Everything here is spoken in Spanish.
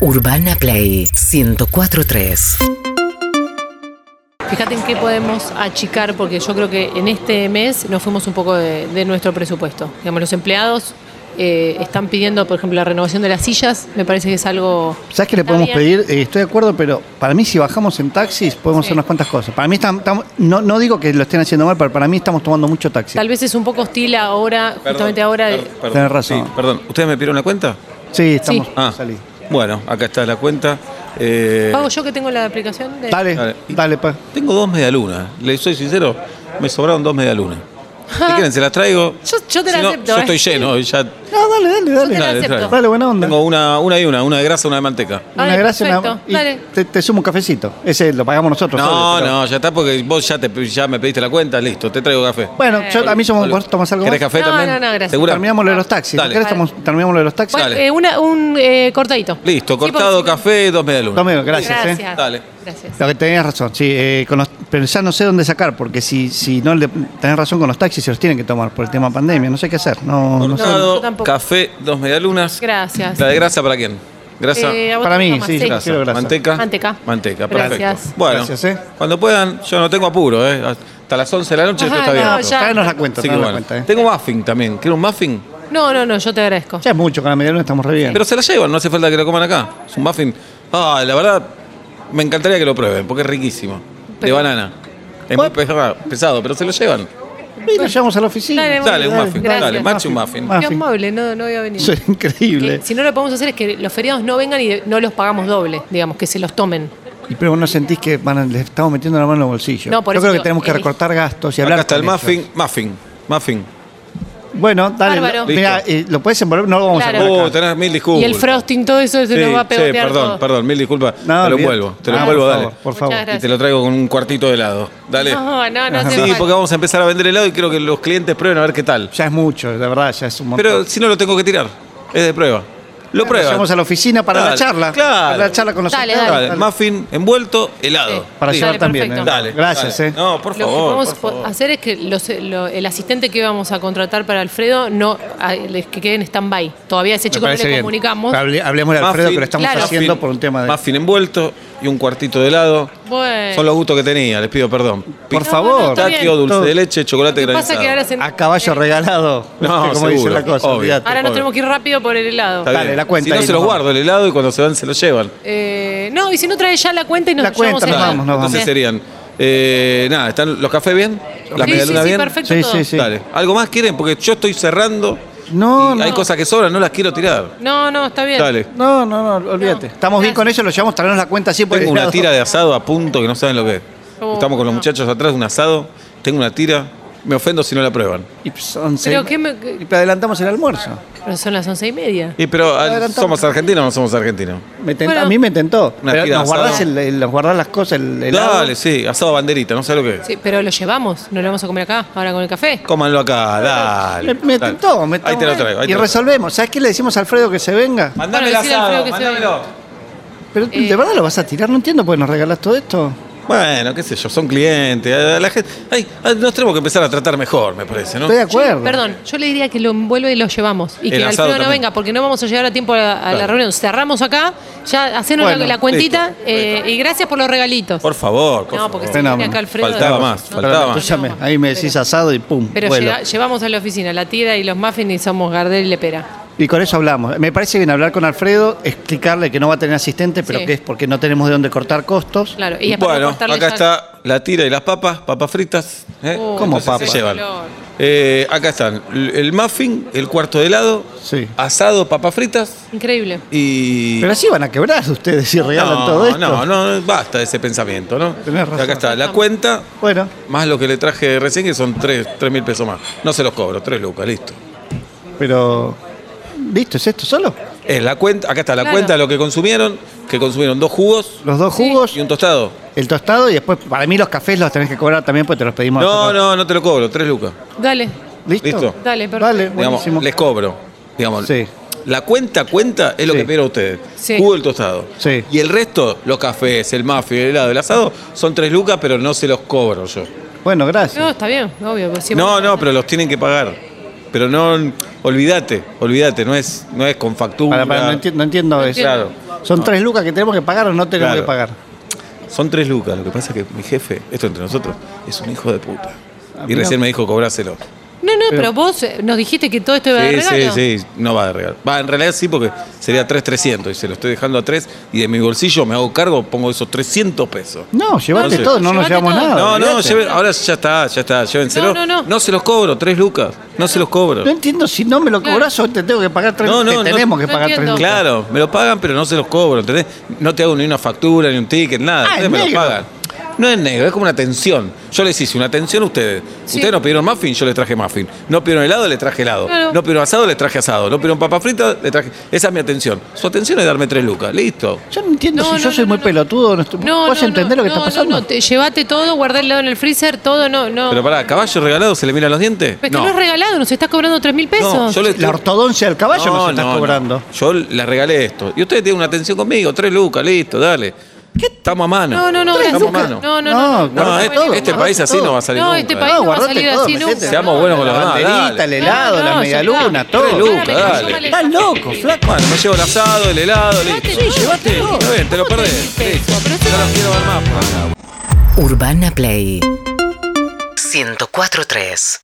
Urbana Play 1043. Fíjate en qué podemos achicar, porque yo creo que en este mes nos fuimos un poco de, de nuestro presupuesto. Digamos, los empleados eh, están pidiendo, por ejemplo, la renovación de las sillas, me parece que es algo... ¿Sabes qué le Está podemos bien. pedir? Eh, estoy de acuerdo, pero para mí si bajamos en taxis podemos Sí. hacer unas cuantas cosas. Para mí estamos, estamos- no, no digo que lo estén haciendo mal, pero para mí estamos tomando mucho taxi. Tal vez es un poco hostil ahora, justamente ahora... de- Tenés razón. Sí, perdón, ¿ustedes me pidieron la cuenta? Sí, estamos Sí. Ah, salí. bueno, acá está la cuenta. Eh, ¿Pago yo que tengo la aplicación? De... Dale, Dale. dale, pa. tengo dos medialunas, les soy sincero, me sobraron dos medialunas. Si quieren, se las traigo. Yo- yo te Si la no, acepto, Yo eh. estoy lleno, y ya. No, dale, dale, dale. te la Dale, acepto. traigo. Dale, buena onda. Tengo una, una y una, una de grasa, una de manteca. Una Dale, gracia, una- perfecto, y dale. te, te sumo un cafecito. Ese lo pagamos nosotros. No, obvio, pero- no, ya está porque vos ya, te, ya me pediste la cuenta, listo, te traigo café. Bueno, yo, a mí somos vos tomás algo más. ¿Querés café No, también? no, no, gracias. ¿Segura? Terminamos lo de los taxis. ¿No Dale. querés tomamos- terminamos lo de los taxis? Bueno, Dale. eh, una- un eh, cortadito. Listo, Sí, porque cortado si no- café, dos medialunas. Tomeo, gracias. eh. Gracias. Dale. Gracias. Lo que tenías razón, sí, eh, con los- pero ya no sé dónde sacar, porque si, si no le, tenés razón con los taxis, se los tienen que tomar por el tema pandemia, no sé qué hacer. No, no sé. yo Cortado, tampoco. café, dos medialunas. Gracias. ¿La de grasa para quién? ¿Grasa? Eh, a vos Para te mí, gusta más, sí, gracias. Quiero grasa. ¿Manteca? Manteca. Manteca, perfecto. Gracias. Bueno, Gracias, ¿eh? cuando puedan, yo no tengo apuro, ¿eh? Hasta las 11 de la noche Ajá, esto está no, bien. ya- Tráenos la cuenta, Así que tráenos bueno. la cuenta. eh. Tengo muffin también. ¿Quiero un muffin? No, no, no, yo te agradezco. Ya es mucho, con la medialuna estamos re bien. Pero se la llevan, no hace falta que lo coman acá. Es un muffin. Ah, la verdad, me encantaría que lo prueben, porque es riquísimo. De Pero- banana. Es muy pesado, pesado, pero se lo llevan. Y nos llevamos a la oficina. Dale, Dale, un Dale, muffin. gracias. Dale, manche un muffin. Ah, Qué sí. amable, no, no había venido. Eso es increíble. Que si no lo podemos hacer es que los feriados no vengan y de- no los pagamos doble, digamos, que se los tomen. Y Pero vos no sentís que van a- le estamos metiendo la mano en los bolsillos. No, por Yo eso creo que digo, eh, tenemos que el- recortar gastos y hablar. Acá está el con ellos. muffin, muffin, muffin. Bueno, dale. Bárbaro. lo- Mirá, eh, ¿lo puedes envolver? No lo vamos Claro. a comer Oh, acá. tenés mil disculpas. Y el frosting, todo eso se Sí, nos va a sí, pegotear perdón, todo. perdón, mil disculpas. No, te lo olvidate. vuelvo, te lo Ah, vuelvo, por dale. favor, por favor. Muchas Y te gracias. lo traigo con un cuartito de helado. Dale. No, no, no hace Sí, falta. porque vamos a empezar a vender helado y quiero que los clientes prueben a ver qué tal. Ya es mucho, la verdad, ya es un montón. Pero si no, lo tengo que tirar. Es de prueba. Lo Nos prueban. llevamos a la oficina para la Dale, charla. claro. Para la charla con los Dale, empleados. Dale, muffin envuelto, helado. Sí. Para Sí. llevar Dale, también. perfecto. eh. Dale. Gracias, dale. eh. No, por lo que favor. podemos por favor. hacer es que los- lo- el asistente que íbamos a contratar para Alfredo no a- les que quede en stand-by. Todavía ese Me chico no parece le bien. comunicamos. Hable- hablemos de Alfredo, que lo estamos claro. haciendo por un tema de. Muffin envuelto y un cuartito de helado. Bueno. Son los gustos que tenía, les pido perdón. Por Pizza, no, favor. está bien. Tatio, dulce Todo. de leche, chocolate ¿Qué granizado. pasa que ahora, se- A caballo regalado. No, como dice seguro, la cosa. obvio. olvídate. ahora nos Obvio. tenemos que ir rápido por el helado? Está Dale, bien. la cuenta Si no, ahí, se los nos guardo el helado y cuando se van se los llevan. Eh, no, y si no trae ya la cuenta y nos La cuenta, llevamos el nos helado. vamos, nos Entonces vamos. serían. eh, nada, ¿están los cafés bien? ¿La Sí, sí, medialuna sí, bien? perfecto Sí, todo. sí, sí. Dale. ¿Algo más quieren? Porque yo estoy cerrando. No, y no. Hay cosas que sobran, no las quiero tirar. No, no, está bien. Dale. No, no, no, olvídate. Estamos bien con eso, lo llevamos, traernos la cuenta así por Tengo el una lado. tira de asado a punto que no saben lo que es. Oh, Estamos con los no. muchachos atrás de un asado. Tengo una tira. Me ofendo si no la prueban. Y son Pero seis- qué me- qué- y adelantamos el almuerzo. Pero son las once y media. Y pero ah, Adelantamos. somos argentinos o no somos argentinos. Me tentó- Bueno. a mí me tentó. Una Pero tira nos de guardás, asado. el, el- nos guardás las cosas, el helado. Dale, sí, asado a banderita, no sé lo que es. Sí, pero lo llevamos, no lo vamos a comer acá, ahora con el café. Cómanlo acá, Me, dale. me dale. tentó, me Ahí te lo tentó. traigo. ahí te y lo traigo. resolvemos. ¿Sabes qué le decimos a Alfredo que se venga? Mandame el Bueno, decile al asado, Alfredo que se mandamelo. Pero de Eh. verdad lo vas a tirar, no entiendo por qué nos regalás todo esto. Bueno, qué sé yo, son clientes. a La gente, ay, a- nos tenemos que empezar a tratar mejor, me parece, ¿no? Estoy de acuerdo. Yo- perdón, yo le diría que lo envuelve y lo llevamos. Y El que asado Alfredo no también. venga, porque no vamos a llegar a tiempo a, la- a la Claro. reunión. Cerramos acá, ya hacenos Bueno, la, la cuentita listo, eh, y gracias por los regalitos. Por favor, por no, favor. porque si Fenómeno. viene acá Alfredo. Faltaba más, No, faltaba no, más. Tú llame, no. ahí me decís asado y pum. Pero vuelo. llega- llevamos a la oficina la tira y los muffins y somos Gardel y Lepera. Y con eso hablamos. Me parece bien hablar con Alfredo, explicarle que no va a tener asistente, pero Sí. que es porque no tenemos de dónde cortar costos. Claro, y después Bueno, cortarle acá ya- está la tira y las papas, papas fritas. ¿eh? Oh, ¿Cómo Entonces papas? Se llevan. Olor. Eh, acá están l- el muffin, el cuarto de helado, Sí. asado, papas fritas Increíble. y... Pero así van a quebrar ustedes si regalan no, todo esto. no, no, basta de ese pensamiento, ¿no? Tenés razón. Acá está la cuenta, Bueno, más lo que le traje recién, que son tres tres mil pesos más. No se los cobro, tres lucas, listo. pero. ¿Listo? ¿Es esto solo? Es la cuenta, acá está la Claro. cuenta de lo que consumieron, que consumieron dos jugos Los dos jugos, y un tostado. el tostado y después, para mí, los cafés los tenés que cobrar también porque te los pedimos. No, nosotros. no, no te lo cobro, tres lucas. Dale, ¿Listo? Listo. dale, perfecto. Dale, Digamos, buenísimo. les cobro. Digamos, Sí. la cuenta cuenta es lo Sí. que pidieron ustedes. Sí. Jugo el tostado. Sí. Y el resto, los cafés, el muffin, el helado, el asado, son tres lucas, pero no se los cobro yo. Bueno, gracias. No, está bien, obvio. pero siempre- No, no, pero los tienen que pagar. Pero no, olvídate, olvídate, no es, no es con factura. Para- para- no, enti- no entiendo eso. Claro. Son tres lucas que tenemos que pagar o no tenemos Claro. que pagar. Son tres lucas. Lo que pasa es que mi jefe, esto entre nosotros, es un hijo de puta. Ah, Y mira. recién me dijo cobráselo. No, no, pero, vos eh, nos dijiste que todo esto iba a Sí, dar sí, regalo. sí, no va de regalo. Va, en realidad sí, porque sería 3,300 y se lo estoy dejando a 3 y de mi bolsillo me hago cargo, pongo esos 300 pesos. No, llevate Entonces- todo, no nos Llévate llevamos todo. nada. No, no, Ah, olvídate. lleven- ahora ya está, ya está, llévenselo. No, no, no. se los cobro, 3 lucas, no se los cobro. No entiendo si no me lo Claro. cobras o te tengo que pagar tres No, no, te no. tenemos que No pagar tres entiendo. lucas. Claro, me lo pagan, pero no se los cobro, ¿entendés? No te hago ni una factura, ni un ticket, nada. Ah, ustedes es me negro. lo pagan. No es negro, es como una tensión. Yo les hice una tensión a ustedes. Sí. Ustedes no pidieron muffin, yo les traje muffin. No pidieron helado, les traje helado. Claro. No pidieron asado, les traje asado. No pidieron papa frita, les traje. Esa es mi atención. Su atención es darme tres lucas. Listo. Yo no entiendo No, si no, yo no, soy no, muy no. pelotudo. o No, estoy- No, ¿Vos no, no, entendés lo que está no, pasando? No, no, te- llévate todo, guardá el helado en el freezer, todo, no, no. Pero pará, ¿caballo regalado se le miran los dientes? Pero esto no. es regalado, nos estás cobrando 3 mil pesos. No, yo le La ortodoncia del caballo nos estás cobrando. no. Yo les regalé esto. Y ustedes tienen una atención conmigo, tres lucas, listo, dale. Estamos a mano. No, no, no, Estamos gracias. a mano. No, no, no. No, guardate este, todo, este guardate país así todo. no va a salir No, nunca. este país No, no va a guardate salir todo, así metete. nunca. Seamos buenos con los La demás, banderita, el dale. helado, la medialuna, todo. Tres lucas, dale. Estás loco, flaco. Bueno, me llevo el asado, el helado, listo. Sí, llévate todo. Está bien, te lo ¿Cómo perdés. tenés peso? Listo. Pero esto No no- lo quiero ver más. por acá. Urbana Play 104.3